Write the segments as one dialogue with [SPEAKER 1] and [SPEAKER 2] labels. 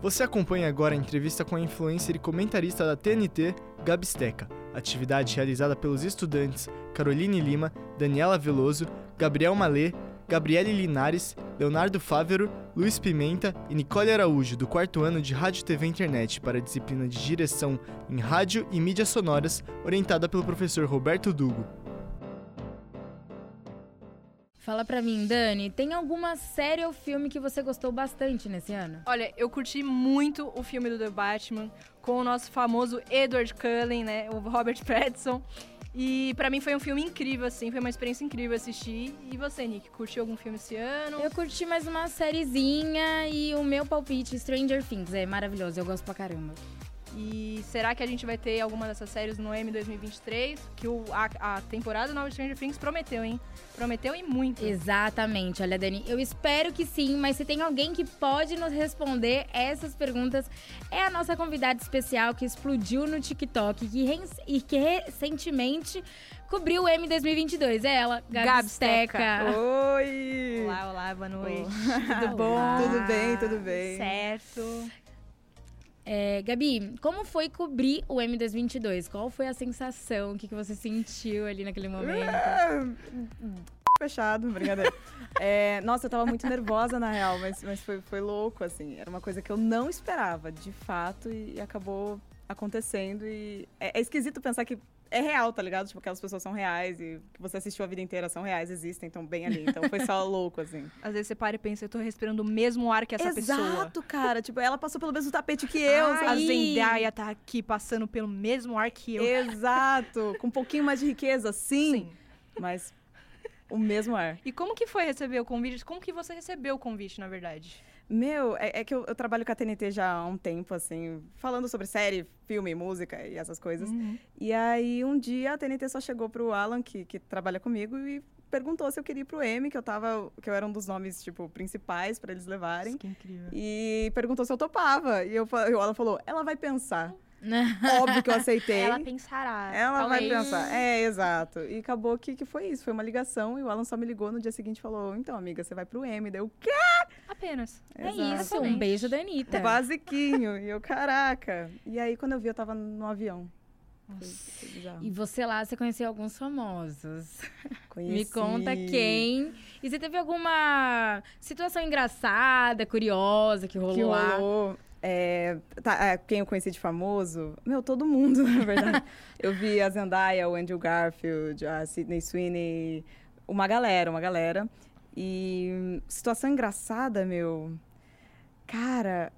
[SPEAKER 1] Você acompanha agora a entrevista com a influencer e comentarista da TNT, Gabi Steca. Atividade realizada pelos estudantes Caroline Lima, Daniela Veloso, Gabriel Malê, Gabriele Linares, Leonardo Fávero, Luiz Pimenta e Nicole Araújo, do quarto ano de Rádio TV Internet, para a disciplina de Direção em Rádio e Mídias Sonoras, orientada pelo professor Roberto Dugo.
[SPEAKER 2] Fala pra mim, Dani, tem alguma série ou filme que você gostou bastante nesse ano?
[SPEAKER 3] Olha, eu curti muito o filme do The Batman, com o nosso famoso Edward Cullen, né? O Robert Pattinson. E pra mim foi um filme incrível, assim, foi uma experiência incrível assistir. E você, Nick, curtiu algum filme esse ano?
[SPEAKER 2] Eu curti mais uma sériezinha e o meu palpite, Stranger Things, é maravilhoso, eu gosto pra caramba.
[SPEAKER 3] E será que a gente vai ter alguma dessas séries no M 2023? Que o, a, a temporada nova de Stranger Things prometeu, hein? Prometeu e muito.
[SPEAKER 2] Exatamente, olha Dani, eu espero que sim, mas se tem alguém que pode nos responder essas perguntas, é a nossa convidada especial que explodiu no TikTok que rens- e que recentemente cobriu o M 2022, é ela, Gabi Steca.
[SPEAKER 4] Oi!
[SPEAKER 3] Olá, olá, boa noite.
[SPEAKER 2] Tudo
[SPEAKER 3] bom?
[SPEAKER 4] Tudo bem, tudo bem.
[SPEAKER 3] Certo.
[SPEAKER 2] É, Gabi, como foi cobrir o M 2022? Qual foi a sensação? O que, que você sentiu ali naquele momento?
[SPEAKER 4] Fechado, brincadeira. É, nossa, eu tava muito nervosa na real, mas, mas foi, foi louco, assim. Era uma coisa que eu não esperava, de fato, e acabou acontecendo. E é, é esquisito pensar que é real, tá ligado? Tipo, aquelas pessoas são reais e que você assistiu a vida inteira são reais, existem, estão bem ali. Então foi só louco, assim.
[SPEAKER 3] Às vezes você para e pensa, eu tô respirando o mesmo ar que essa pessoa.
[SPEAKER 4] Exato, cara. Tipo, ela passou pelo mesmo tapete que eu,
[SPEAKER 3] Eu, a
[SPEAKER 4] sabe?
[SPEAKER 3] Zendaya tá aqui passando pelo mesmo ar que eu.
[SPEAKER 4] Exato. Com um pouquinho mais de riqueza, sim.
[SPEAKER 3] Sim.
[SPEAKER 4] Mas o mesmo ar.
[SPEAKER 3] E como que foi receber o convite? Como que você recebeu o convite, na verdade?
[SPEAKER 4] Meu, é, é que eu, eu trabalho com a TNT já há um tempo, assim, falando sobre série, filme, música e essas
[SPEAKER 3] Uhum.
[SPEAKER 4] coisas. E aí, um dia, a TNT só chegou pro Alan, que, que trabalha comigo, e perguntou se eu queria ir pro M, que eu tava, que eu era um dos nomes, tipo, principais pra eles levarem.
[SPEAKER 3] que incrível.
[SPEAKER 4] E perguntou se eu topava. E, eu, fa- e o Alan falou, ela vai pensar.
[SPEAKER 2] Né?
[SPEAKER 4] Óbvio que eu aceitei.
[SPEAKER 3] Ela pensará.
[SPEAKER 4] Ela vai
[SPEAKER 3] talvez.
[SPEAKER 4] pensar. É, exato. E acabou que, que foi isso. Foi uma ligação e o Alan só me ligou no dia seguinte e falou: Então, amiga, você vai pro M. Daí eu, quê?
[SPEAKER 3] Apenas.
[SPEAKER 2] É
[SPEAKER 4] Exato.
[SPEAKER 2] isso, um beijo da Anitta.
[SPEAKER 4] O basiquinho. e eu, caraca. E aí, quando eu vi, eu tava no avião. Foi bizarro.
[SPEAKER 2] E você lá, você conheceu alguns famosos. Me
[SPEAKER 4] Conheci.
[SPEAKER 2] conta quem. E você teve alguma situação engraçada, curiosa que rolou,
[SPEAKER 4] Que
[SPEAKER 2] lá?
[SPEAKER 4] rolou. É, tá, é, quem eu conheci de famoso? Meu, todo mundo, na verdade. eu vi a Zendaya, o Andrew Garfield, a Sidney Sweeney. Uma galera, uma galera. E hum, situação engraçada, meu. Cara,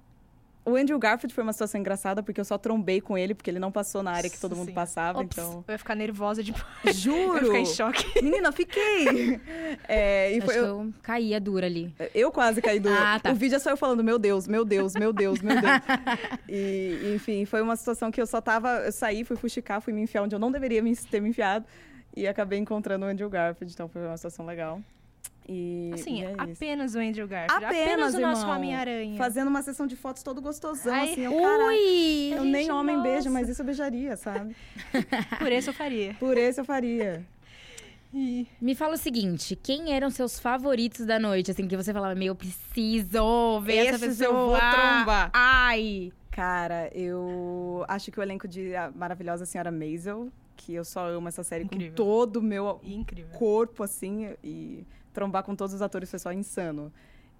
[SPEAKER 4] o Andrew Garfield foi uma situação engraçada porque eu só trombei com ele, porque ele não passou na área que todo
[SPEAKER 3] Nossa
[SPEAKER 4] mundo
[SPEAKER 3] Senhora.
[SPEAKER 4] passava,
[SPEAKER 3] Ops,
[SPEAKER 4] então.
[SPEAKER 3] Eu ia ficar nervosa de Eu ia
[SPEAKER 4] Juro!
[SPEAKER 3] ficar em choque.
[SPEAKER 4] Menina, eu fiquei! É, e
[SPEAKER 2] Acho
[SPEAKER 4] foi,
[SPEAKER 2] que
[SPEAKER 4] eu,
[SPEAKER 2] eu caía dura ali.
[SPEAKER 4] eu quase caí do.
[SPEAKER 2] Ah, tá.
[SPEAKER 4] O vídeo é só eu falando, meu Deus, meu Deus, meu Deus, meu Deus. e, enfim, foi uma situação que eu só tava. Eu saí, fui fuxicar, fui me enfiar onde eu não deveria me, ter me enfiado. E acabei encontrando o Andrew Garfield, então foi uma situação legal. E.
[SPEAKER 3] Assim,
[SPEAKER 4] e é isso.
[SPEAKER 3] apenas o Andrew Garfield. Apenas,
[SPEAKER 4] Apenas,
[SPEAKER 3] o nosso
[SPEAKER 4] irmão.
[SPEAKER 3] Homem-Aranha.
[SPEAKER 4] Fazendo uma sessão de fotos todo gostosão,
[SPEAKER 3] Ai,
[SPEAKER 4] assim, eu, caralho.
[SPEAKER 2] Ui!
[SPEAKER 4] Eu
[SPEAKER 3] gente,
[SPEAKER 4] nem homem
[SPEAKER 3] nossa.
[SPEAKER 4] beijo, mas isso eu beijaria, sabe?
[SPEAKER 3] Por isso eu faria.
[SPEAKER 4] Por esse eu faria.
[SPEAKER 3] E
[SPEAKER 2] Me fala o seguinte, quem eram seus favoritos da noite? Assim, que você falava, meu, eu preciso ver essa
[SPEAKER 4] Esses
[SPEAKER 2] pessoa.
[SPEAKER 4] eu vou trombar.
[SPEAKER 2] Ai!
[SPEAKER 4] Cara, eu acho que o elenco de A Maravilhosa Senhora Maisel, que eu só amo essa série
[SPEAKER 3] Incrível.
[SPEAKER 4] com todo o meu
[SPEAKER 3] incrível.
[SPEAKER 4] corpo, assim, e trombar com todos os atores foi só insano.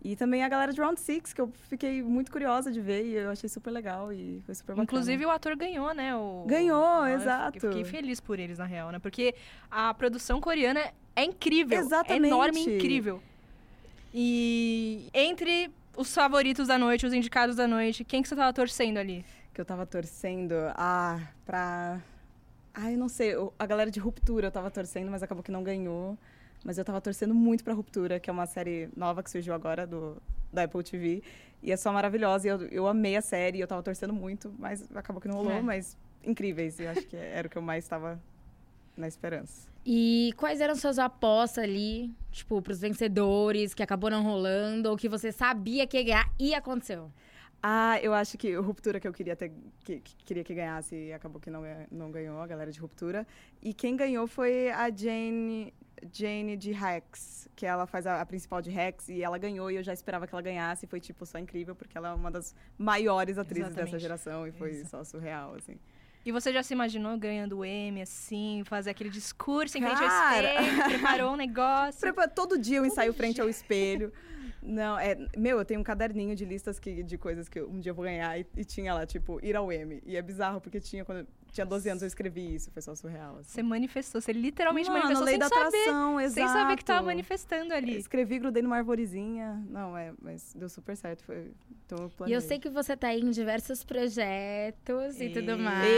[SPEAKER 4] E também a galera de Round Six, que eu fiquei muito curiosa de ver e eu achei super legal e foi super bacana.
[SPEAKER 3] Inclusive, o ator ganhou, né? O...
[SPEAKER 4] Ganhou,
[SPEAKER 3] Ah, eu
[SPEAKER 4] exato.
[SPEAKER 3] fiquei- Fiquei feliz por eles, na real, né? Porque a produção coreana é incrível.
[SPEAKER 4] Exatamente.
[SPEAKER 3] É enorme e incrível. E entre os favoritos da noite, os indicados da noite, quem que você tava torcendo ali?
[SPEAKER 4] que eu tava torcendo, ah, pra... Ah, eu não sei, eu- a galera de Ruptura eu tava torcendo, mas acabou que não ganhou. Mas eu tava torcendo muito pra Ruptura, que é uma série nova que surgiu agora do, da Apple TV. E é só maravilhosa, e eu, eu amei a série, eu tava torcendo muito, mas acabou que não rolou,
[SPEAKER 3] É.
[SPEAKER 4] mas incríveis. E eu acho que era o que eu mais tava na esperança.
[SPEAKER 2] E quais eram suas apostas ali, tipo, pros vencedores, que acabou não rolando, ou que você sabia que ia ganhar e aconteceu?
[SPEAKER 4] Ah, eu acho que o Ruptura que eu queria ter, que, que queria que ganhasse e acabou que não, ganha- não ganhou, a galera de Ruptura. E quem ganhou foi a Jane Jane de Rex, que ela faz a, a principal de Rex e ela ganhou e eu já esperava que ela ganhasse. E foi, tipo, só incrível, porque ela é uma das maiores atrizes dessa
[SPEAKER 3] Exatamente.
[SPEAKER 4] geração e foi
[SPEAKER 3] Isso.
[SPEAKER 4] só surreal, assim.
[SPEAKER 3] E você já se imaginou ganhando o M, assim, fazer aquele discurso em frente
[SPEAKER 4] Cara!
[SPEAKER 3] ao espelho, preparou um negócio.
[SPEAKER 4] Prepa- Todo dia eu ensaio frente ao espelho. Não, é. Meu, eu tenho um caderninho de listas que, de coisas que eu- um dia eu vou ganhar e, e tinha lá, tipo, ir ao M. E é bizarro, porque tinha quando eu tinha 12 anos eu escrevi isso, foi só surreal. Assim.
[SPEAKER 3] Você manifestou, você literalmente
[SPEAKER 4] Mano,
[SPEAKER 3] manifestou
[SPEAKER 4] lei
[SPEAKER 3] sem
[SPEAKER 4] da
[SPEAKER 3] saber.
[SPEAKER 4] atração, exato.
[SPEAKER 3] Sem saber que tava manifestando ali.
[SPEAKER 4] Escrevi, grudei numa arvorezinha. Não, é, mas deu super certo. Foi, então eu
[SPEAKER 2] E
[SPEAKER 4] planejei.
[SPEAKER 2] eu sei que você tá aí em diversos projetos e, tudo mais,
[SPEAKER 3] né?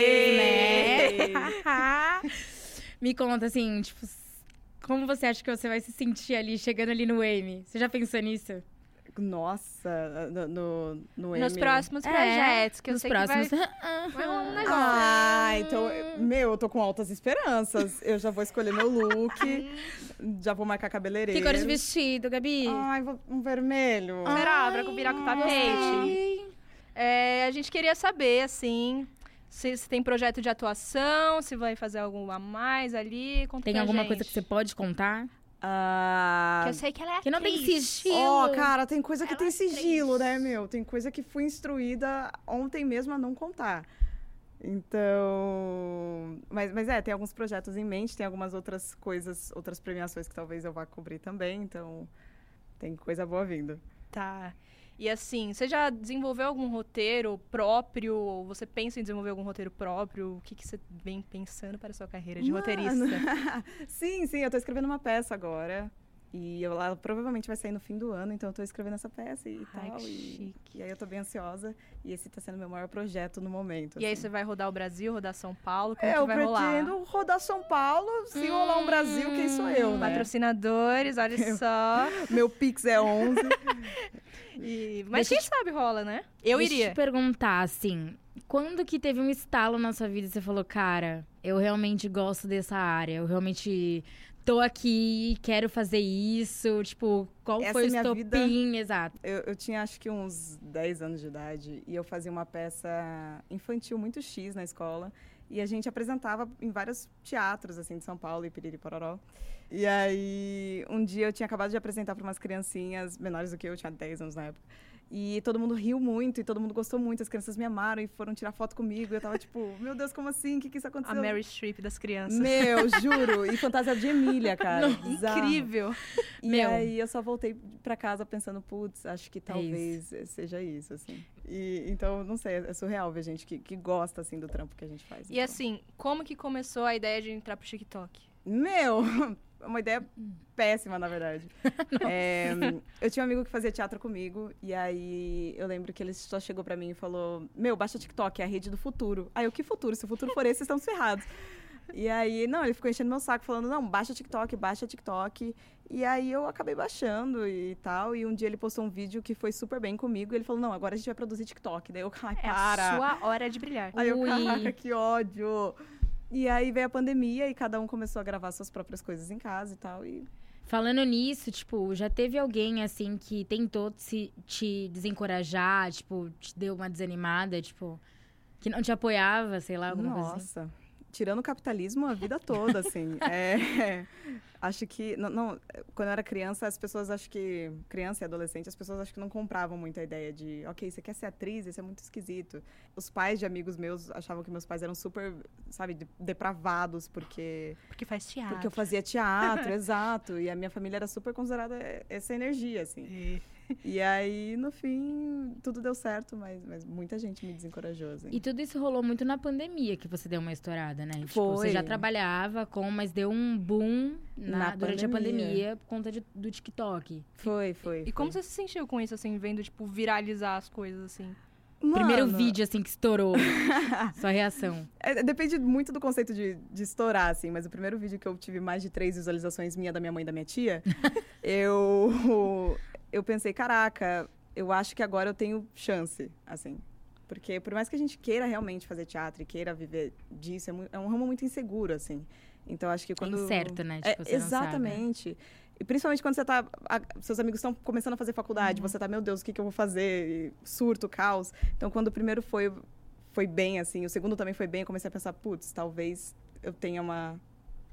[SPEAKER 4] Ei!
[SPEAKER 2] né? Me conta, assim, tipo, s- como você acha que você vai se sentir ali, chegando ali no M? Você já pensou nisso?
[SPEAKER 4] Nossa, no, no, no
[SPEAKER 3] Nos
[SPEAKER 4] M. né?
[SPEAKER 3] próximos
[SPEAKER 2] É,
[SPEAKER 3] projetos, que eu
[SPEAKER 2] Nos
[SPEAKER 3] sei
[SPEAKER 2] próximos...
[SPEAKER 3] que vai, vai rolar um negócio.
[SPEAKER 4] Ah, então, meu, eu tô com altas esperanças. Eu já vou escolher meu look, já vou marcar cabeleireiro.
[SPEAKER 2] Que cor de vestido, Gabi?
[SPEAKER 4] Ai, vou- um vermelho.
[SPEAKER 3] Será? Pra combinar com o tapete? Ah. É, a gente queria saber, assim, se, se tem projeto de atuação, se vai fazer alguma a mais ali. Conta
[SPEAKER 2] Tem
[SPEAKER 3] pra
[SPEAKER 2] alguma
[SPEAKER 3] gente.
[SPEAKER 2] coisa que você pode contar?
[SPEAKER 4] Ah,
[SPEAKER 3] Que eu sei que ela é
[SPEAKER 2] Que não tem
[SPEAKER 3] atriz.
[SPEAKER 2] sigilo.
[SPEAKER 4] Ó, cara, tem coisa que
[SPEAKER 3] Ela
[SPEAKER 4] tem
[SPEAKER 3] é
[SPEAKER 4] sigilo,
[SPEAKER 3] três.
[SPEAKER 4] né, meu? Tem coisa que fui instruída ontem mesmo a não contar. Então. Mas, mas é, tem alguns projetos em mente, tem algumas outras coisas, outras premiações que talvez eu vá cobrir também, então. Tem coisa boa vindo.
[SPEAKER 3] Tá. E assim, você já desenvolveu algum roteiro próprio? Ou você pensa em desenvolver algum roteiro próprio? O que, que você vem pensando para a sua carreira de
[SPEAKER 4] Mano.
[SPEAKER 3] roteirista?
[SPEAKER 4] sim, sim, eu tô escrevendo uma peça agora. E eu- ela provavelmente vai sair no fim do ano, então eu tô escrevendo essa peça e
[SPEAKER 3] Ai,
[SPEAKER 4] tal.
[SPEAKER 3] que
[SPEAKER 4] E,
[SPEAKER 3] chique.
[SPEAKER 4] e aí eu tô bem ansiosa. E esse tá sendo meu maior projeto no momento.
[SPEAKER 3] E aí
[SPEAKER 4] assim.
[SPEAKER 3] você vai rodar o Brasil, rodar São Paulo? Como
[SPEAKER 4] É,
[SPEAKER 3] que
[SPEAKER 4] eu
[SPEAKER 3] vai
[SPEAKER 4] pretendo
[SPEAKER 3] rolar?
[SPEAKER 4] rodar São Paulo, se rolar um Brasil, quem sou
[SPEAKER 3] Hum,
[SPEAKER 4] eu, né?
[SPEAKER 3] Patrocinadores, olha só.
[SPEAKER 4] Meu Pix é 11.
[SPEAKER 3] E- Mas
[SPEAKER 2] Deixa eu
[SPEAKER 3] quem sabe rola, né? Eu
[SPEAKER 2] Deixa
[SPEAKER 3] iria.
[SPEAKER 2] te perguntar, assim, quando que teve um estalo na sua vida e você falou, cara, eu realmente gosto dessa área, eu realmente tô aqui, quero fazer isso, tipo, qual
[SPEAKER 4] Essa
[SPEAKER 2] foi
[SPEAKER 4] é
[SPEAKER 2] o
[SPEAKER 4] minha
[SPEAKER 2] estopim, exato?
[SPEAKER 4] eu, eu tinha acho que uns 10 anos de idade e eu fazia uma peça infantil muito X na escola. E a gente apresentava em vários teatros, assim, de São Paulo e Piriri Pororó. E aí, um dia eu tinha acabado de apresentar para umas criancinhas menores do que eu, eu tinha 10 anos na época. E todo mundo riu muito, e todo mundo gostou muito. As crianças me amaram e foram tirar foto comigo. E eu tava tipo, meu Deus, como assim? O que, que isso
[SPEAKER 3] A
[SPEAKER 4] aconteceu?
[SPEAKER 3] Mary Streep das crianças.
[SPEAKER 4] Meu, juro. E fantasia de Emília, cara. Bizarro.
[SPEAKER 3] Incrível.
[SPEAKER 4] E
[SPEAKER 2] Meu.
[SPEAKER 4] aí eu só voltei pra casa pensando, putz, acho que talvez seja isso, assim. E, então, não sei, é surreal ver gente que, que gosta, assim, do trampo que a gente faz.
[SPEAKER 3] E
[SPEAKER 4] então.
[SPEAKER 3] assim, como que começou a ideia de entrar pro TikTok?
[SPEAKER 4] Meu! é Uma ideia péssima, na verdade. É, eu tinha um amigo que fazia teatro comigo, e aí eu lembro que ele só chegou pra mim e falou: Meu, baixa o TikTok, é a rede do futuro. Aí eu, que futuro? Se o futuro for esse, vocês estão ferrados. E aí, não, ele ficou enchendo meu saco, falando: Não, baixa o TikTok, baixa o TikTok. E aí eu acabei baixando e tal. E um dia ele postou um vídeo que foi super bem comigo, e ele falou: Não, agora a gente vai produzir TikTok. Daí eu, ai,
[SPEAKER 3] É
[SPEAKER 4] para.
[SPEAKER 3] a sua hora de brilhar.
[SPEAKER 4] Aí eu,
[SPEAKER 2] Ui.
[SPEAKER 4] caraca, que ódio. E aí veio a pandemia e cada um começou a gravar suas próprias coisas em casa e tal. E
[SPEAKER 2] Falando nisso, tipo, já teve alguém, assim, que tentou se, te desencorajar, tipo, te deu uma desanimada, tipo, que não te apoiava, sei lá, alguma coisa assim?
[SPEAKER 4] Nossa. Tirando o capitalismo a vida toda, assim. É, acho que. Não, não, quando eu era criança, as pessoas acho que. Criança e adolescente, as pessoas acho que não compravam muito a ideia de, ok, você quer ser atriz, isso é muito esquisito. Os pais de amigos meus achavam que meus pais eram super, sabe, de- depravados, porque.
[SPEAKER 3] Porque faz teatro.
[SPEAKER 4] Porque eu fazia teatro, exato. E a minha família era super considerada essa energia, assim. E aí, no fim, tudo deu certo, mas, mas muita gente me desencorajou, assim.
[SPEAKER 2] E tudo isso rolou muito na pandemia que você deu uma estourada, né? Tipo, você
[SPEAKER 4] Foi.
[SPEAKER 2] já trabalhava com, mas deu um boom na-
[SPEAKER 4] Na
[SPEAKER 2] durante
[SPEAKER 4] pandemia.
[SPEAKER 2] a pandemia por conta de- do TikTok.
[SPEAKER 4] Foi, foi.
[SPEAKER 3] E como você se sentiu com isso, assim, vendo, tipo, viralizar as coisas, assim?
[SPEAKER 2] Primeiro vídeo, assim, que estourou. Sua reação.
[SPEAKER 4] É, depende muito do conceito de, de estourar, assim, mas o primeiro vídeo que eu tive mais de três visualizações minha, da minha mãe e da minha tia, eu, eu pensei, caraca, eu acho que agora eu tenho chance, assim. Porque por mais que a gente queira realmente fazer teatro e queira viver disso, é, mu- é um ramo muito inseguro, assim. Então acho que quando.
[SPEAKER 2] Quando... Incerto, né?
[SPEAKER 4] É,
[SPEAKER 2] Tipo, você não sabe.
[SPEAKER 4] exatamente. E principalmente quando você tá. a- seus amigos estão começando a fazer faculdade,
[SPEAKER 2] Uhum.
[SPEAKER 4] você tá, meu Deus, o que, que eu vou fazer? E surto, caos. Então, quando o primeiro foi, foi bem, assim, o segundo também foi bem, eu comecei a pensar, putz, talvez eu tenha uma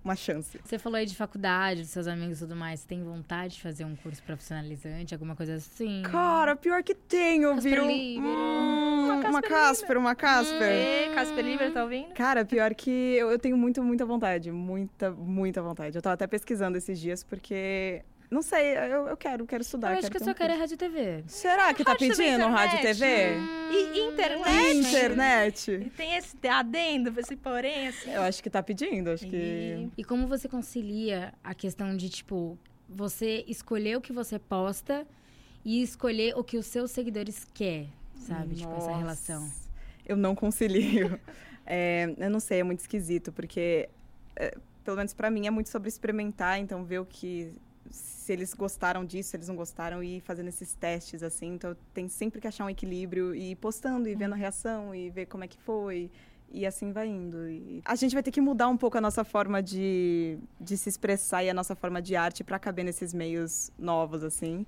[SPEAKER 4] uma chance.
[SPEAKER 2] Você falou aí de faculdade, dos seus amigos e tudo mais. Você tem vontade de fazer um curso profissionalizante, alguma coisa assim?
[SPEAKER 4] Cara, pior que tenho,
[SPEAKER 2] Casper
[SPEAKER 4] viu?
[SPEAKER 2] Libero.
[SPEAKER 4] Hum,
[SPEAKER 3] Uma
[SPEAKER 4] uma
[SPEAKER 3] Casper
[SPEAKER 4] Casper, uma Casper.
[SPEAKER 3] Ê, Casper Libra, tá
[SPEAKER 2] Hum.
[SPEAKER 3] ouvindo?
[SPEAKER 4] Cara, pior que eu, eu tenho muito, muita vontade. Muita, muita vontade. Eu tava até pesquisando esses dias, porque. Não sei, eu, eu quero, quero
[SPEAKER 2] Eu
[SPEAKER 4] estudar.
[SPEAKER 2] acho que eu
[SPEAKER 4] ter
[SPEAKER 2] só
[SPEAKER 4] um
[SPEAKER 2] quero é
[SPEAKER 4] curso.
[SPEAKER 2] rádio e TV.
[SPEAKER 4] Será que tá
[SPEAKER 3] Rádio TV,
[SPEAKER 4] pedindo rádio e TV?
[SPEAKER 3] internet.
[SPEAKER 2] Hum,
[SPEAKER 3] E
[SPEAKER 2] é,
[SPEAKER 3] internet?
[SPEAKER 4] Internet?
[SPEAKER 3] E tem esse adendo, esse porém, assim.
[SPEAKER 4] Eu acho que tá pedindo, acho que.
[SPEAKER 3] E-
[SPEAKER 2] E como você concilia a questão de, tipo, você escolher o que você posta e escolher o que os seus seguidores querem, sabe? Tipo, essa
[SPEAKER 4] Nossa.
[SPEAKER 2] relação.
[SPEAKER 4] Eu não concilio. É, eu não sei, é muito esquisito, porque, é, pelo menos pra mim, é muito sobre experimentar, então ver o que. Se eles gostaram disso, se eles não gostaram, e ir fazendo esses testes, assim. Então, tem sempre que achar um equilíbrio e ir postando e vendo a reação e ver como é que foi. E assim vai indo. E a gente vai ter que mudar um pouco a nossa forma de, de se expressar e a nossa forma de arte pra caber nesses meios novos, assim.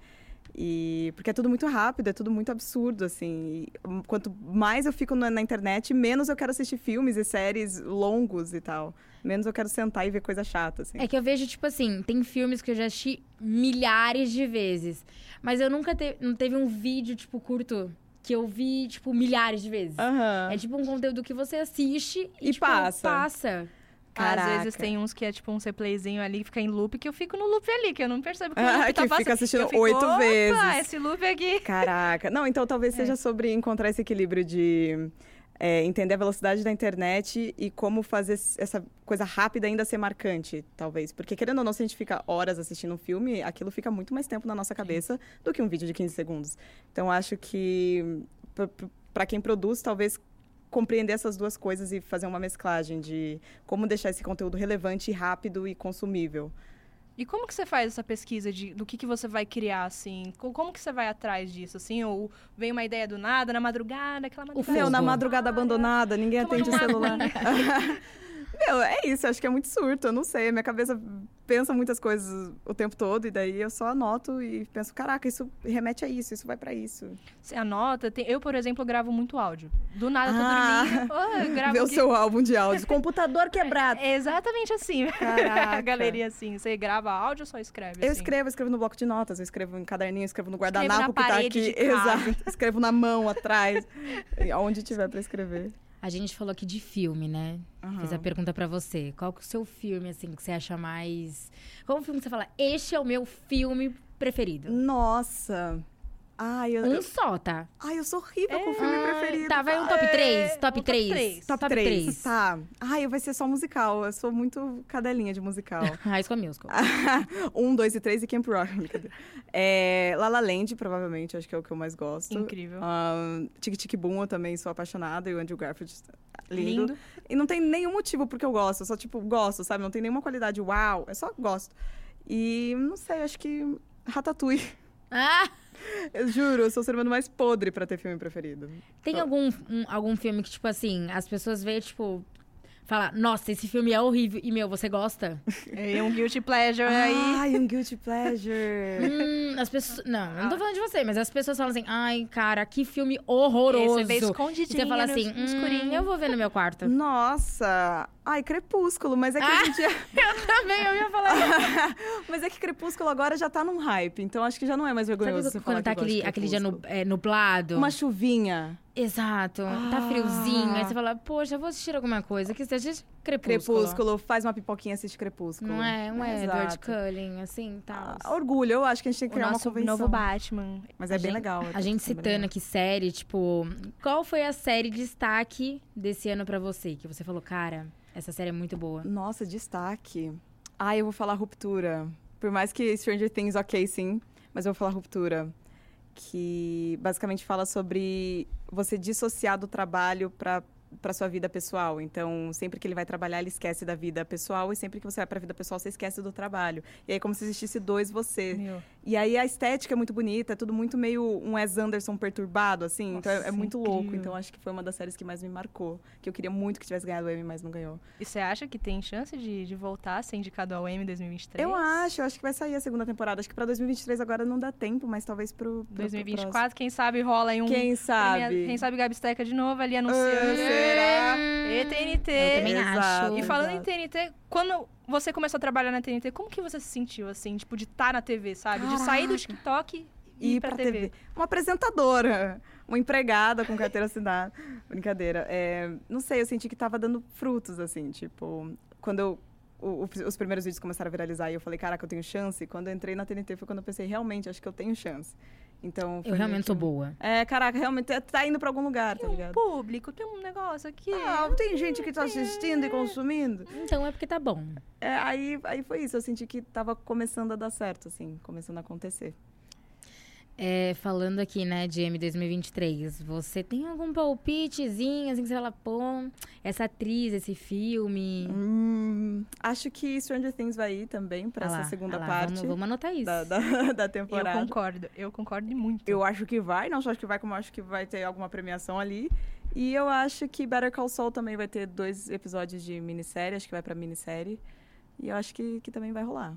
[SPEAKER 4] E porque é tudo muito rápido, é tudo muito absurdo, assim. E, hum, quanto mais eu fico na, na internet, menos eu quero assistir filmes e séries longos e tal. Menos eu quero sentar e ver coisa chata, assim.
[SPEAKER 2] É que eu vejo, tipo assim, tem filmes que eu já assisti milhares de vezes. Mas eu nunca te... não teve um vídeo, tipo, curto que eu vi, tipo, milhares de vezes.
[SPEAKER 4] Aham.
[SPEAKER 2] É tipo um conteúdo que você assiste e,
[SPEAKER 4] E
[SPEAKER 2] tipo,
[SPEAKER 4] passa.
[SPEAKER 2] passa.
[SPEAKER 4] Caraca.
[SPEAKER 3] Às vezes tem uns que é tipo um replayzinho ali que fica em loop, que eu fico no loop ali, que eu não percebo que o
[SPEAKER 4] Ah,
[SPEAKER 3] loop tá
[SPEAKER 4] que fica
[SPEAKER 3] passando.
[SPEAKER 4] assistindo
[SPEAKER 3] Eu fico,
[SPEAKER 4] oito
[SPEAKER 3] "Opa, É.
[SPEAKER 4] vezes."
[SPEAKER 3] esse loop aqui.
[SPEAKER 4] Caraca. Não, então talvez seja sobre encontrar esse equilíbrio de é, entender a velocidade da internet e como fazer s- essa coisa rápida ainda ser marcante, talvez. Porque querendo ou não, se a gente fica horas assistindo um filme, aquilo fica muito mais tempo na nossa cabeça do que um vídeo de 15 segundos. Então acho que para quem produz, talvez compreender essas duas coisas e fazer uma mesclagem de como deixar esse conteúdo relevante, e rápido e consumível.
[SPEAKER 3] E como que você faz essa pesquisa de, do que, que você vai criar, assim? Co- Como que você vai atrás disso, assim? Ou vem uma ideia do nada, na madrugada, aquela madrugada.
[SPEAKER 4] Meu, na
[SPEAKER 2] Fogo.
[SPEAKER 4] madrugada abandonada, ninguém
[SPEAKER 3] Toma
[SPEAKER 4] atende o
[SPEAKER 3] uma
[SPEAKER 4] celular. Meu, é isso, acho que é muito surto, eu não sei. Minha cabeça pensa muitas coisas o tempo todo, e daí eu só anoto e penso, caraca, isso remete a isso, isso vai pra isso.
[SPEAKER 3] Você anota. tem- Eu, por exemplo, gravo muito áudio. Do nada,
[SPEAKER 4] Ah.
[SPEAKER 3] eu tô dormindo. ah, eu gravo
[SPEAKER 4] Ver o
[SPEAKER 3] aqui.
[SPEAKER 4] seu álbum de áudio. Computador quebrado.
[SPEAKER 3] É Exatamente assim.
[SPEAKER 4] Caraca.
[SPEAKER 3] A galeria assim. Você grava áudio ou só escreve?
[SPEAKER 4] Eu
[SPEAKER 3] assim?
[SPEAKER 4] escrevo, eu escrevo no bloco de notas, eu escrevo em caderninho, eu escrevo no
[SPEAKER 3] Escrevo na
[SPEAKER 4] guardanapo que tá
[SPEAKER 3] parede
[SPEAKER 4] aqui.
[SPEAKER 3] de casa.
[SPEAKER 4] Exato. Escrevo na mão, atrás, onde tiver pra escrever.
[SPEAKER 2] A gente falou aqui de filme, né?
[SPEAKER 4] Ah.
[SPEAKER 2] Fiz a pergunta pra você. Qual que é o seu filme, assim, que você acha mais. Qual o filme que você fala? Este é o meu filme preferido.
[SPEAKER 4] Nossa. Ai, eu,
[SPEAKER 2] Um só, tá?
[SPEAKER 4] ai, eu sou horrível com o filme
[SPEAKER 2] Ah,
[SPEAKER 4] preferido.
[SPEAKER 2] Tá, vai um top
[SPEAKER 3] É,
[SPEAKER 2] 3.
[SPEAKER 3] um
[SPEAKER 2] Top
[SPEAKER 3] top
[SPEAKER 2] 3.
[SPEAKER 3] três.
[SPEAKER 4] Top 3. Tá. Ai, vai ser só musical. Eu sou muito cadelinha de musical.
[SPEAKER 2] High School Musical.
[SPEAKER 4] um, dois e três e Camp Rock. Brincadeira. É, La La Land, provavelmente, acho que é o que eu mais gosto.
[SPEAKER 3] Incrível.
[SPEAKER 4] Ah, Ahn, Tic Tic Boom, eu também sou apaixonada. E o Andrew Garfield, tá lindo.
[SPEAKER 3] Lindo.
[SPEAKER 4] E não tem nenhum motivo porque eu gosto. Eu só, tipo, gosto, sabe? Não tem nenhuma qualidade uau. Eu só gosto. E, não sei, acho que... Ratatouille.
[SPEAKER 2] Ah!
[SPEAKER 4] Eu juro, eu sou o ser humano mais podre pra ter filme preferido.
[SPEAKER 2] Tem algum, um- algum filme que, tipo assim, as pessoas veem, tipo. Falar, nossa, esse filme é horrível. E, meu, você gosta?
[SPEAKER 3] É um guilty pleasure aí.
[SPEAKER 4] Ai, um guilty pleasure.
[SPEAKER 2] Hum, as pessoas. Não, eu não tô falando de você, mas as pessoas falam assim, ai, cara, que filme horroroso.
[SPEAKER 3] Esse vê
[SPEAKER 2] E
[SPEAKER 3] escondidinho
[SPEAKER 2] você fala assim,
[SPEAKER 3] no, no
[SPEAKER 2] hum,
[SPEAKER 3] escurinho.
[SPEAKER 2] eu vou ver no meu quarto.
[SPEAKER 4] Nossa! Ai, Crepúsculo, mas é que hoje em dia...
[SPEAKER 2] Também, eu ia falar
[SPEAKER 4] Mas é que Crepúsculo agora já tá num hype, então acho que já não é mais vergonhoso.
[SPEAKER 2] Sabe
[SPEAKER 4] você
[SPEAKER 2] quando, quando tá
[SPEAKER 4] falar que gosta de
[SPEAKER 2] aquele, aquele dia nu-
[SPEAKER 4] Crepúsculo.
[SPEAKER 2] é, nublado?
[SPEAKER 4] Uma chuvinha.
[SPEAKER 2] Exato. Tá
[SPEAKER 4] Ah.
[SPEAKER 2] friozinho. Aí você fala, poxa, eu vou assistir alguma coisa. Que seja crepúsculo.
[SPEAKER 4] Crepúsculo, faz uma pipoquinha e assiste Crepúsculo.
[SPEAKER 2] Não é? Não é Edward
[SPEAKER 4] Exato.
[SPEAKER 2] Cullen, assim, tal.
[SPEAKER 4] Ah, orgulho, eu acho que a gente tem que
[SPEAKER 3] "Hum, O
[SPEAKER 4] criar uma
[SPEAKER 3] nosso
[SPEAKER 4] convenção.
[SPEAKER 3] novo Batman.
[SPEAKER 4] Mas é
[SPEAKER 2] A
[SPEAKER 4] bem
[SPEAKER 2] gente-
[SPEAKER 4] legal.
[SPEAKER 2] A gente citando aqui série, tipo... Qual foi a série destaque desse ano pra você? Que você falou, cara, essa série é muito boa.
[SPEAKER 4] Nossa, destaque. Ai, eu vou falar Ruptura. Por mais que Stranger Things, ok, sim. Mas eu vou falar Ruptura. Que basicamente fala sobre você dissociar do trabalho pra para sua vida pessoal. Então, sempre que ele vai trabalhar, ele esquece da vida pessoal e sempre que você vai para a vida pessoal, você esquece do trabalho. E aí é como se existisse dois você.
[SPEAKER 3] Meu.
[SPEAKER 4] E aí a estética é muito bonita, é tudo muito meio um Wes Anderson perturbado, assim. então é,
[SPEAKER 3] Nossa,
[SPEAKER 4] é muito louco.
[SPEAKER 3] incrível.
[SPEAKER 4] Então acho que foi uma das séries que mais me marcou. Que eu queria muito que tivesse ganhado o Emmy, mas não ganhou.
[SPEAKER 3] E você acha que tem chance de, de voltar a ser indicado ao Emmy 2023?
[SPEAKER 4] Eu acho, eu acho que vai sair a segunda temporada. Acho que pra 2023 agora não dá tempo, mas talvez pro. pro- pro próximo.
[SPEAKER 3] 2024, quem sabe rola aí um.
[SPEAKER 4] Quem sabe?
[SPEAKER 3] Quem sabe Gabisteca de novo ali
[SPEAKER 4] Ah,
[SPEAKER 3] anunciando.
[SPEAKER 4] sei, Terá.
[SPEAKER 3] E TNT.
[SPEAKER 2] Eu também
[SPEAKER 4] Exato.
[SPEAKER 2] acho.
[SPEAKER 3] E falando em
[SPEAKER 4] Exato.
[SPEAKER 3] TNT, quando você começou a trabalhar na TNT, como que você se sentiu, assim, tipo, de estar na TV, sabe? De sair do TikTok e ir pra, TV.
[SPEAKER 4] Uma apresentadora, uma empregada com carteira assinada. Brincadeira. É, não sei, eu senti que tava dando frutos, assim, tipo, quando eu. o- o- os primeiros vídeos começaram a viralizar e eu falei, caraca, eu tenho chance. Quando eu entrei na TNT foi quando eu pensei, realmente, acho que eu tenho chance. Então. foi
[SPEAKER 2] Eu
[SPEAKER 4] meio
[SPEAKER 2] realmente
[SPEAKER 4] que-
[SPEAKER 2] sou boa.
[SPEAKER 4] É, caraca, realmente tá- tá indo pra algum lugar, tá
[SPEAKER 3] Tem um
[SPEAKER 4] ligado?
[SPEAKER 3] público, tem um negócio aqui.
[SPEAKER 4] Ah, tem gente que tá assistindo e consumindo.
[SPEAKER 2] Então é porque tá bom.
[SPEAKER 4] É, aí, aí foi isso, eu senti que tava começando a dar certo, assim, começando a acontecer.
[SPEAKER 2] É, falando aqui, né, de M2023, você tem algum palpitezinho, assim, que você fala, pô, essa atriz, esse filme...
[SPEAKER 4] Hum, acho que Stranger Things vai ir também pra
[SPEAKER 2] Ah
[SPEAKER 4] essa
[SPEAKER 2] lá,
[SPEAKER 4] segunda
[SPEAKER 2] ah lá,
[SPEAKER 4] parte
[SPEAKER 2] Vamos, vamos anotar isso.
[SPEAKER 4] da, da, da
[SPEAKER 3] Eu
[SPEAKER 4] temporada.
[SPEAKER 3] concordo, eu concordo e muito.
[SPEAKER 4] Eu acho que vai, não só acho que vai, como acho que vai ter alguma premiação ali. E eu acho que Better Call Saul também vai ter dois episódios de minissérie, acho que vai pra minissérie. E eu acho que, que também vai rolar.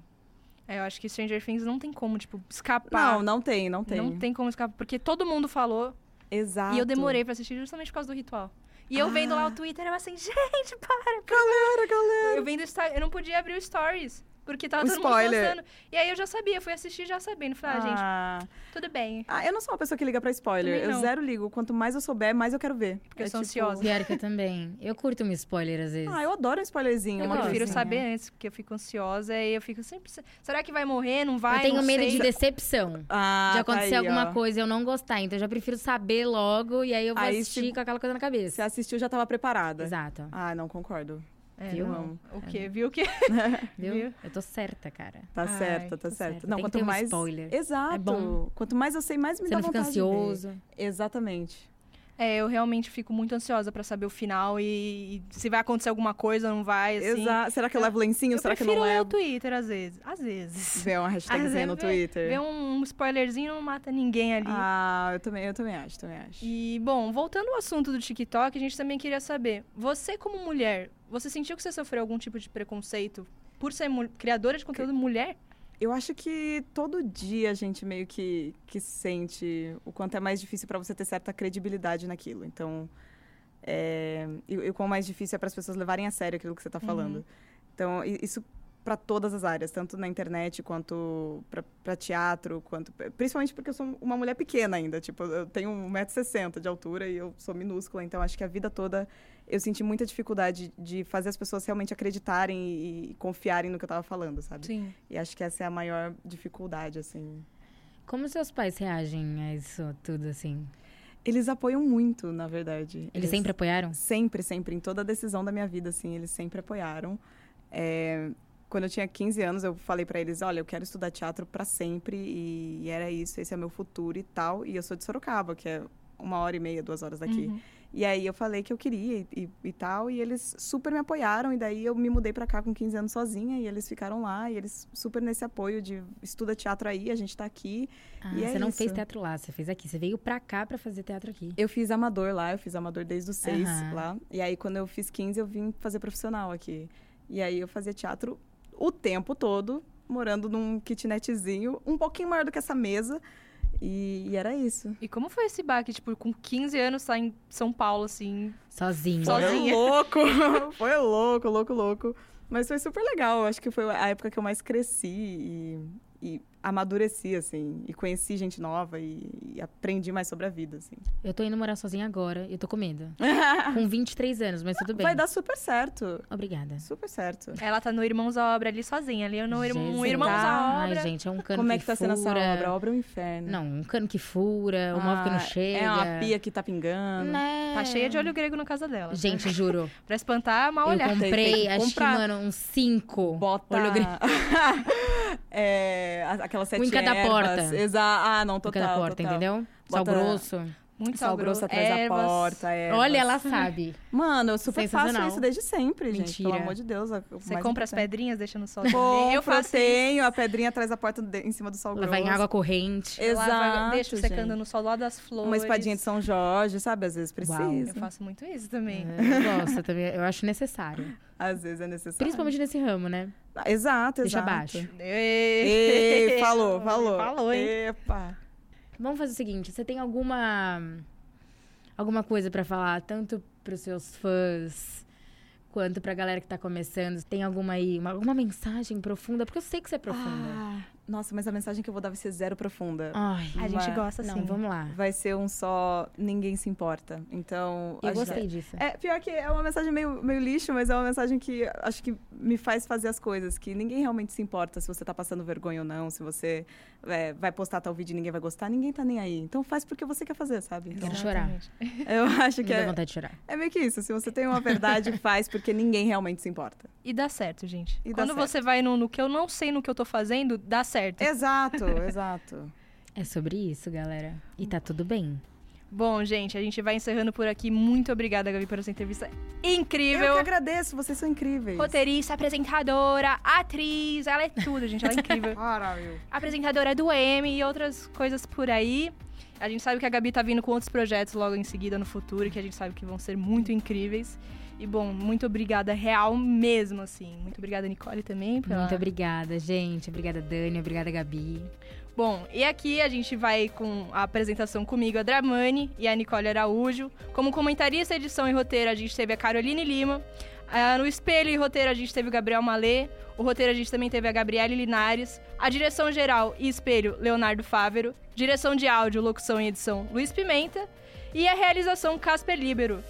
[SPEAKER 3] É, eu acho que Stranger Things não tem como, tipo, escapar.
[SPEAKER 4] Não, não tem, não tem.
[SPEAKER 3] Não tem como escapar, porque todo mundo falou
[SPEAKER 4] Exato. Ah.
[SPEAKER 3] e eu demorei pra assistir justamente por causa do ritual. E eu vendo lá o Twitter, eu assim, gente, para.
[SPEAKER 4] Galera, galera!
[SPEAKER 3] Eu vendo o Insta- eu não podia abrir o stories. Porque tava
[SPEAKER 4] Um
[SPEAKER 3] todo
[SPEAKER 4] spoiler.
[SPEAKER 3] mundo dançando. E aí eu já sabia, eu fui assistir já sabendo. Falei, ah, gente,
[SPEAKER 4] Ah.
[SPEAKER 3] tudo bem.
[SPEAKER 4] Ah, eu não sou uma pessoa que liga pra spoiler.
[SPEAKER 3] Também
[SPEAKER 4] Eu
[SPEAKER 3] não.
[SPEAKER 4] zero ligo. Quanto mais eu souber, mais eu quero ver. É tipo,
[SPEAKER 3] Porque eu sou ansiosa.
[SPEAKER 2] Pior que eu também. Eu curto um spoiler às vezes.
[SPEAKER 4] Ah, eu né? adoro um spoilerzinho.
[SPEAKER 3] Eu
[SPEAKER 4] uma assim.
[SPEAKER 2] gosto.
[SPEAKER 3] prefiro
[SPEAKER 4] coisinha.
[SPEAKER 3] saber antes, porque eu fico ansiosa e eu fico sempre. se- Será que vai morrer? Não vai?
[SPEAKER 2] eu tenho
[SPEAKER 3] não
[SPEAKER 2] medo
[SPEAKER 3] sei.
[SPEAKER 2] de decepção.
[SPEAKER 4] Ah,
[SPEAKER 2] de
[SPEAKER 4] tá
[SPEAKER 2] acontecer
[SPEAKER 4] aí,
[SPEAKER 2] alguma
[SPEAKER 4] ó.
[SPEAKER 2] coisa e eu não gostar. Então eu já prefiro saber logo e aí eu vou
[SPEAKER 4] Aí
[SPEAKER 2] assistir
[SPEAKER 4] se-
[SPEAKER 2] com aquela coisa na cabeça.
[SPEAKER 4] Você assistiu, já tava preparada.
[SPEAKER 2] Exato.
[SPEAKER 4] Ah, não concordo.
[SPEAKER 3] É,
[SPEAKER 2] Viu?
[SPEAKER 3] não. O quê? Viu o quê?
[SPEAKER 2] Viu?
[SPEAKER 3] Viu?
[SPEAKER 2] Eu tô certa, cara.
[SPEAKER 4] Tá
[SPEAKER 3] Ai,
[SPEAKER 4] certo,
[SPEAKER 2] tá
[SPEAKER 4] tá
[SPEAKER 2] certo.
[SPEAKER 4] certo.
[SPEAKER 2] Tem
[SPEAKER 4] Não,
[SPEAKER 2] que
[SPEAKER 4] quanto
[SPEAKER 2] ter um
[SPEAKER 4] mais.
[SPEAKER 2] spoiler.
[SPEAKER 4] Exato.
[SPEAKER 2] É bom.
[SPEAKER 4] Quanto mais eu sei, mais me
[SPEAKER 2] Você
[SPEAKER 4] dá
[SPEAKER 2] não fica
[SPEAKER 4] vontade de ver.
[SPEAKER 2] ansioso.
[SPEAKER 4] Exatamente.
[SPEAKER 3] É, eu realmente fico muito ansiosa pra saber o final e, e se vai acontecer alguma coisa, não vai, assim.
[SPEAKER 4] Exa- Será que eu, levo lencinho?
[SPEAKER 3] Eu
[SPEAKER 4] Será que eu
[SPEAKER 3] prefiro
[SPEAKER 4] não é?
[SPEAKER 3] ler o
[SPEAKER 4] levo?
[SPEAKER 3] Twitter, às vezes. Às vezes.
[SPEAKER 4] Ver uma hashtagzinha
[SPEAKER 3] Ah,
[SPEAKER 4] no
[SPEAKER 3] vê-
[SPEAKER 4] Twitter.
[SPEAKER 3] Ver um spoilerzinho não mata ninguém ali.
[SPEAKER 4] Ah, eu também, eu também acho, também acho.
[SPEAKER 3] E, bom, voltando ao assunto do TikTok, a gente também queria saber, você como mulher, você sentiu que você sofreu algum tipo de preconceito por ser mu- criadora de conteúdo mulher?
[SPEAKER 4] Eu acho que todo dia a gente meio que, que sente o quanto é mais difícil para você ter certa credibilidade naquilo. Então, é, e, e o quão mais difícil é para as pessoas levarem a sério aquilo que você está falando. Então, i- isso para todas as áreas, tanto na internet quanto para teatro, quanto principalmente porque eu sou uma mulher pequena ainda, tipo, eu tenho 1,60m de altura e eu sou minúscula, então acho que a vida toda eu senti muita dificuldade de fazer as pessoas realmente acreditarem e, e confiarem no que eu estava falando, sabe?
[SPEAKER 3] Sim.
[SPEAKER 4] E acho que essa é a maior dificuldade, assim.
[SPEAKER 2] Como seus pais reagem a isso tudo, assim?
[SPEAKER 4] Eles apoiam muito, na verdade.
[SPEAKER 2] Eles sempre apoiaram?
[SPEAKER 4] Sempre, sempre. Em toda decisão da minha vida, assim, eles sempre apoiaram. É, Quando eu tinha 15 anos, eu falei pra eles, olha, eu quero estudar teatro pra sempre. E, e era isso, esse é meu futuro e tal. E eu sou de Sorocaba, que é uma hora e meia, duas horas daqui.
[SPEAKER 3] Uhum.
[SPEAKER 4] E aí eu falei que eu queria e, e- e tal, e eles super me apoiaram. E daí eu me mudei pra cá com 15 anos sozinha, e eles ficaram lá, e eles super nesse apoio de estuda teatro aí, a gente tá aqui.
[SPEAKER 2] Ah,
[SPEAKER 4] E é
[SPEAKER 2] você não fez
[SPEAKER 4] isso.
[SPEAKER 2] teatro lá, você fez aqui. Você veio pra cá pra fazer teatro aqui.
[SPEAKER 4] Eu fiz amador lá, eu fiz amador desde os seis
[SPEAKER 2] Aham.
[SPEAKER 4] lá. E aí, quando eu fiz 15, eu vim fazer profissional aqui. E aí, eu fazia teatro o tempo todo, morando num kitnetzinho, um pouquinho maior do que essa mesa. E, e era isso.
[SPEAKER 3] E como foi esse baque, tipo, com 15 anos tá em São Paulo, assim?
[SPEAKER 2] Sozinho.
[SPEAKER 3] Sozinho.
[SPEAKER 4] Foi
[SPEAKER 3] Sozinha.
[SPEAKER 4] louco! foi louco, louco, louco. Mas foi super legal. eu Acho que foi a época que eu mais cresci e, e amadureci, assim. E conheci gente nova e, e aprendi mais sobre a vida, assim.
[SPEAKER 2] Eu tô indo morar sozinha agora e eu tô com medo. com 23 anos, mas tudo bem.
[SPEAKER 4] Ah. Vai dar super certo.
[SPEAKER 2] Obrigada.
[SPEAKER 4] Super certo.
[SPEAKER 3] Ela tá no Irmãos à Obra ali sozinha, ali no irmão, um
[SPEAKER 2] Jesus.
[SPEAKER 3] Irmãos à Obra.
[SPEAKER 2] Ai, gente, é um cano
[SPEAKER 4] Como
[SPEAKER 2] que
[SPEAKER 4] é que tá sendo essa
[SPEAKER 2] fura.
[SPEAKER 4] obra? A obra é um inferno.
[SPEAKER 2] Não, um cano que fura, um móvel que não
[SPEAKER 4] Ah,
[SPEAKER 2] chega.
[SPEAKER 4] É uma pia que tá pingando.
[SPEAKER 2] Né?
[SPEAKER 3] Tá cheia de olho grego no casa dela.
[SPEAKER 2] Gente, juro.
[SPEAKER 3] Pra espantar, mal
[SPEAKER 2] eu
[SPEAKER 3] olhar.
[SPEAKER 4] tem
[SPEAKER 2] comprei,
[SPEAKER 4] que
[SPEAKER 2] acho que,
[SPEAKER 4] comprar.
[SPEAKER 2] mano, uns cinco.
[SPEAKER 4] Bota.
[SPEAKER 2] Olho grego.
[SPEAKER 4] é, a- aquelas sete
[SPEAKER 2] em cada
[SPEAKER 4] ervas.
[SPEAKER 2] porta.
[SPEAKER 4] Exa... Ah, não,
[SPEAKER 2] Por
[SPEAKER 4] total.
[SPEAKER 2] cada porta,
[SPEAKER 4] total.
[SPEAKER 2] entendeu? Sal
[SPEAKER 4] Bota-
[SPEAKER 2] grosso.
[SPEAKER 3] Muito
[SPEAKER 4] Sal grosso atrás
[SPEAKER 3] ervas.
[SPEAKER 4] da porta. ervas.
[SPEAKER 2] Olha, ela sabe.
[SPEAKER 4] Mano, eu super faço
[SPEAKER 2] Sensacional.
[SPEAKER 4] isso desde sempre, gente.
[SPEAKER 2] Mentira.
[SPEAKER 4] Pelo amor de Deus. é o
[SPEAKER 3] Você
[SPEAKER 4] mais
[SPEAKER 3] compra as
[SPEAKER 4] importante.
[SPEAKER 3] pedrinhas, deixa no sol
[SPEAKER 4] Compro,
[SPEAKER 3] também. Eu faço
[SPEAKER 4] tenho a pedrinha atrás da porta de- em cima do sal
[SPEAKER 2] Ela
[SPEAKER 4] grosso.
[SPEAKER 2] vai em água corrente.
[SPEAKER 3] isso. Ela vai-
[SPEAKER 4] Exato,
[SPEAKER 3] Deixo secando
[SPEAKER 4] gente.
[SPEAKER 3] no sol lá das flores.
[SPEAKER 4] Uma espadinha de São né? Jorge, sabe? Às vezes
[SPEAKER 2] Uau.
[SPEAKER 4] precisa.
[SPEAKER 3] Eu faço muito isso também.
[SPEAKER 2] Eu gosto também, eu acho necessário.
[SPEAKER 4] Às vezes é necessário.
[SPEAKER 2] Principalmente nesse ramo, né?
[SPEAKER 4] Ah, Exato, exato.
[SPEAKER 2] Deixa abaixo.
[SPEAKER 3] Ei.
[SPEAKER 4] Ei, É. falou, falou.
[SPEAKER 3] Falou, hein?
[SPEAKER 4] Epa.
[SPEAKER 2] Vamos fazer o seguinte, você tem alguma alguma coisa pra falar tanto pros seus fãs, quanto pra galera que tá começando? Tem alguma aí, uma, alguma mensagem profunda? Porque eu sei que você é profunda.
[SPEAKER 4] Ah, nossa, mas a mensagem que eu vou dar vai ser zero profunda.
[SPEAKER 2] Ai,
[SPEAKER 3] A gente
[SPEAKER 4] Mas-
[SPEAKER 3] gosta, assim.
[SPEAKER 2] não,
[SPEAKER 3] sim.
[SPEAKER 2] vamos lá.
[SPEAKER 4] Vai ser um só, ninguém se importa. Então.
[SPEAKER 2] Eu
[SPEAKER 4] a gente-
[SPEAKER 2] gostei disso.
[SPEAKER 4] É, pior que é uma mensagem meio, meio lixo, mas é uma mensagem que acho que me faz fazer as coisas. Que ninguém realmente se importa se você tá passando vergonha ou não, se você é, vai postar tal vídeo e ninguém vai gostar, ninguém tá nem aí. Então faz porque você quer fazer, sabe? Então,
[SPEAKER 2] Quero chorar.
[SPEAKER 3] Exatamente.
[SPEAKER 4] eu acho
[SPEAKER 2] Me
[SPEAKER 4] que
[SPEAKER 2] dá
[SPEAKER 4] é,
[SPEAKER 2] vontade de chorar.
[SPEAKER 4] é meio que isso. Se você tem uma verdade, faz porque ninguém realmente se importa.
[SPEAKER 3] E dá certo, gente.
[SPEAKER 4] E dá
[SPEAKER 3] Quando
[SPEAKER 4] certo. É.
[SPEAKER 3] você vai no, no que eu não sei no que eu tô fazendo, dá certo.
[SPEAKER 4] Exato, exato.
[SPEAKER 2] É sobre isso, galera. E tá tudo bem.
[SPEAKER 3] Bom, gente, a gente vai encerrando por aqui. Muito obrigada, Gabi, por essa entrevista incrível.
[SPEAKER 4] Eu que agradeço, vocês são incríveis.
[SPEAKER 3] Roteirista, apresentadora, atriz, ela é tudo, gente, ela é incrível.
[SPEAKER 4] Para, meu.
[SPEAKER 3] apresentadora é do M e outras coisas por aí. A gente sabe que a Gabi tá vindo com outros projetos logo em seguida no futuro, que a gente sabe que vão ser muito incríveis. E bom, muito obrigada real mesmo, assim. Muito obrigada, Nicole, também. Pela...
[SPEAKER 2] Muito obrigada, gente. Obrigada, Dani. Obrigada, Gabi.
[SPEAKER 3] Bom, e aqui a gente vai com a apresentação comigo, a Dramani e a Nicole Araújo. Como comentarista, edição e roteiro, a gente teve a Caroline Lima. Ah, no espelho e roteiro, a gente teve o Gabriel Malê. O roteiro, a gente também teve a Gabriele Linares. A direção geral e espelho, Leonardo Fávero. Direção de áudio, locução e edição, Luiz Pimenta. E a realização, Casper Libero.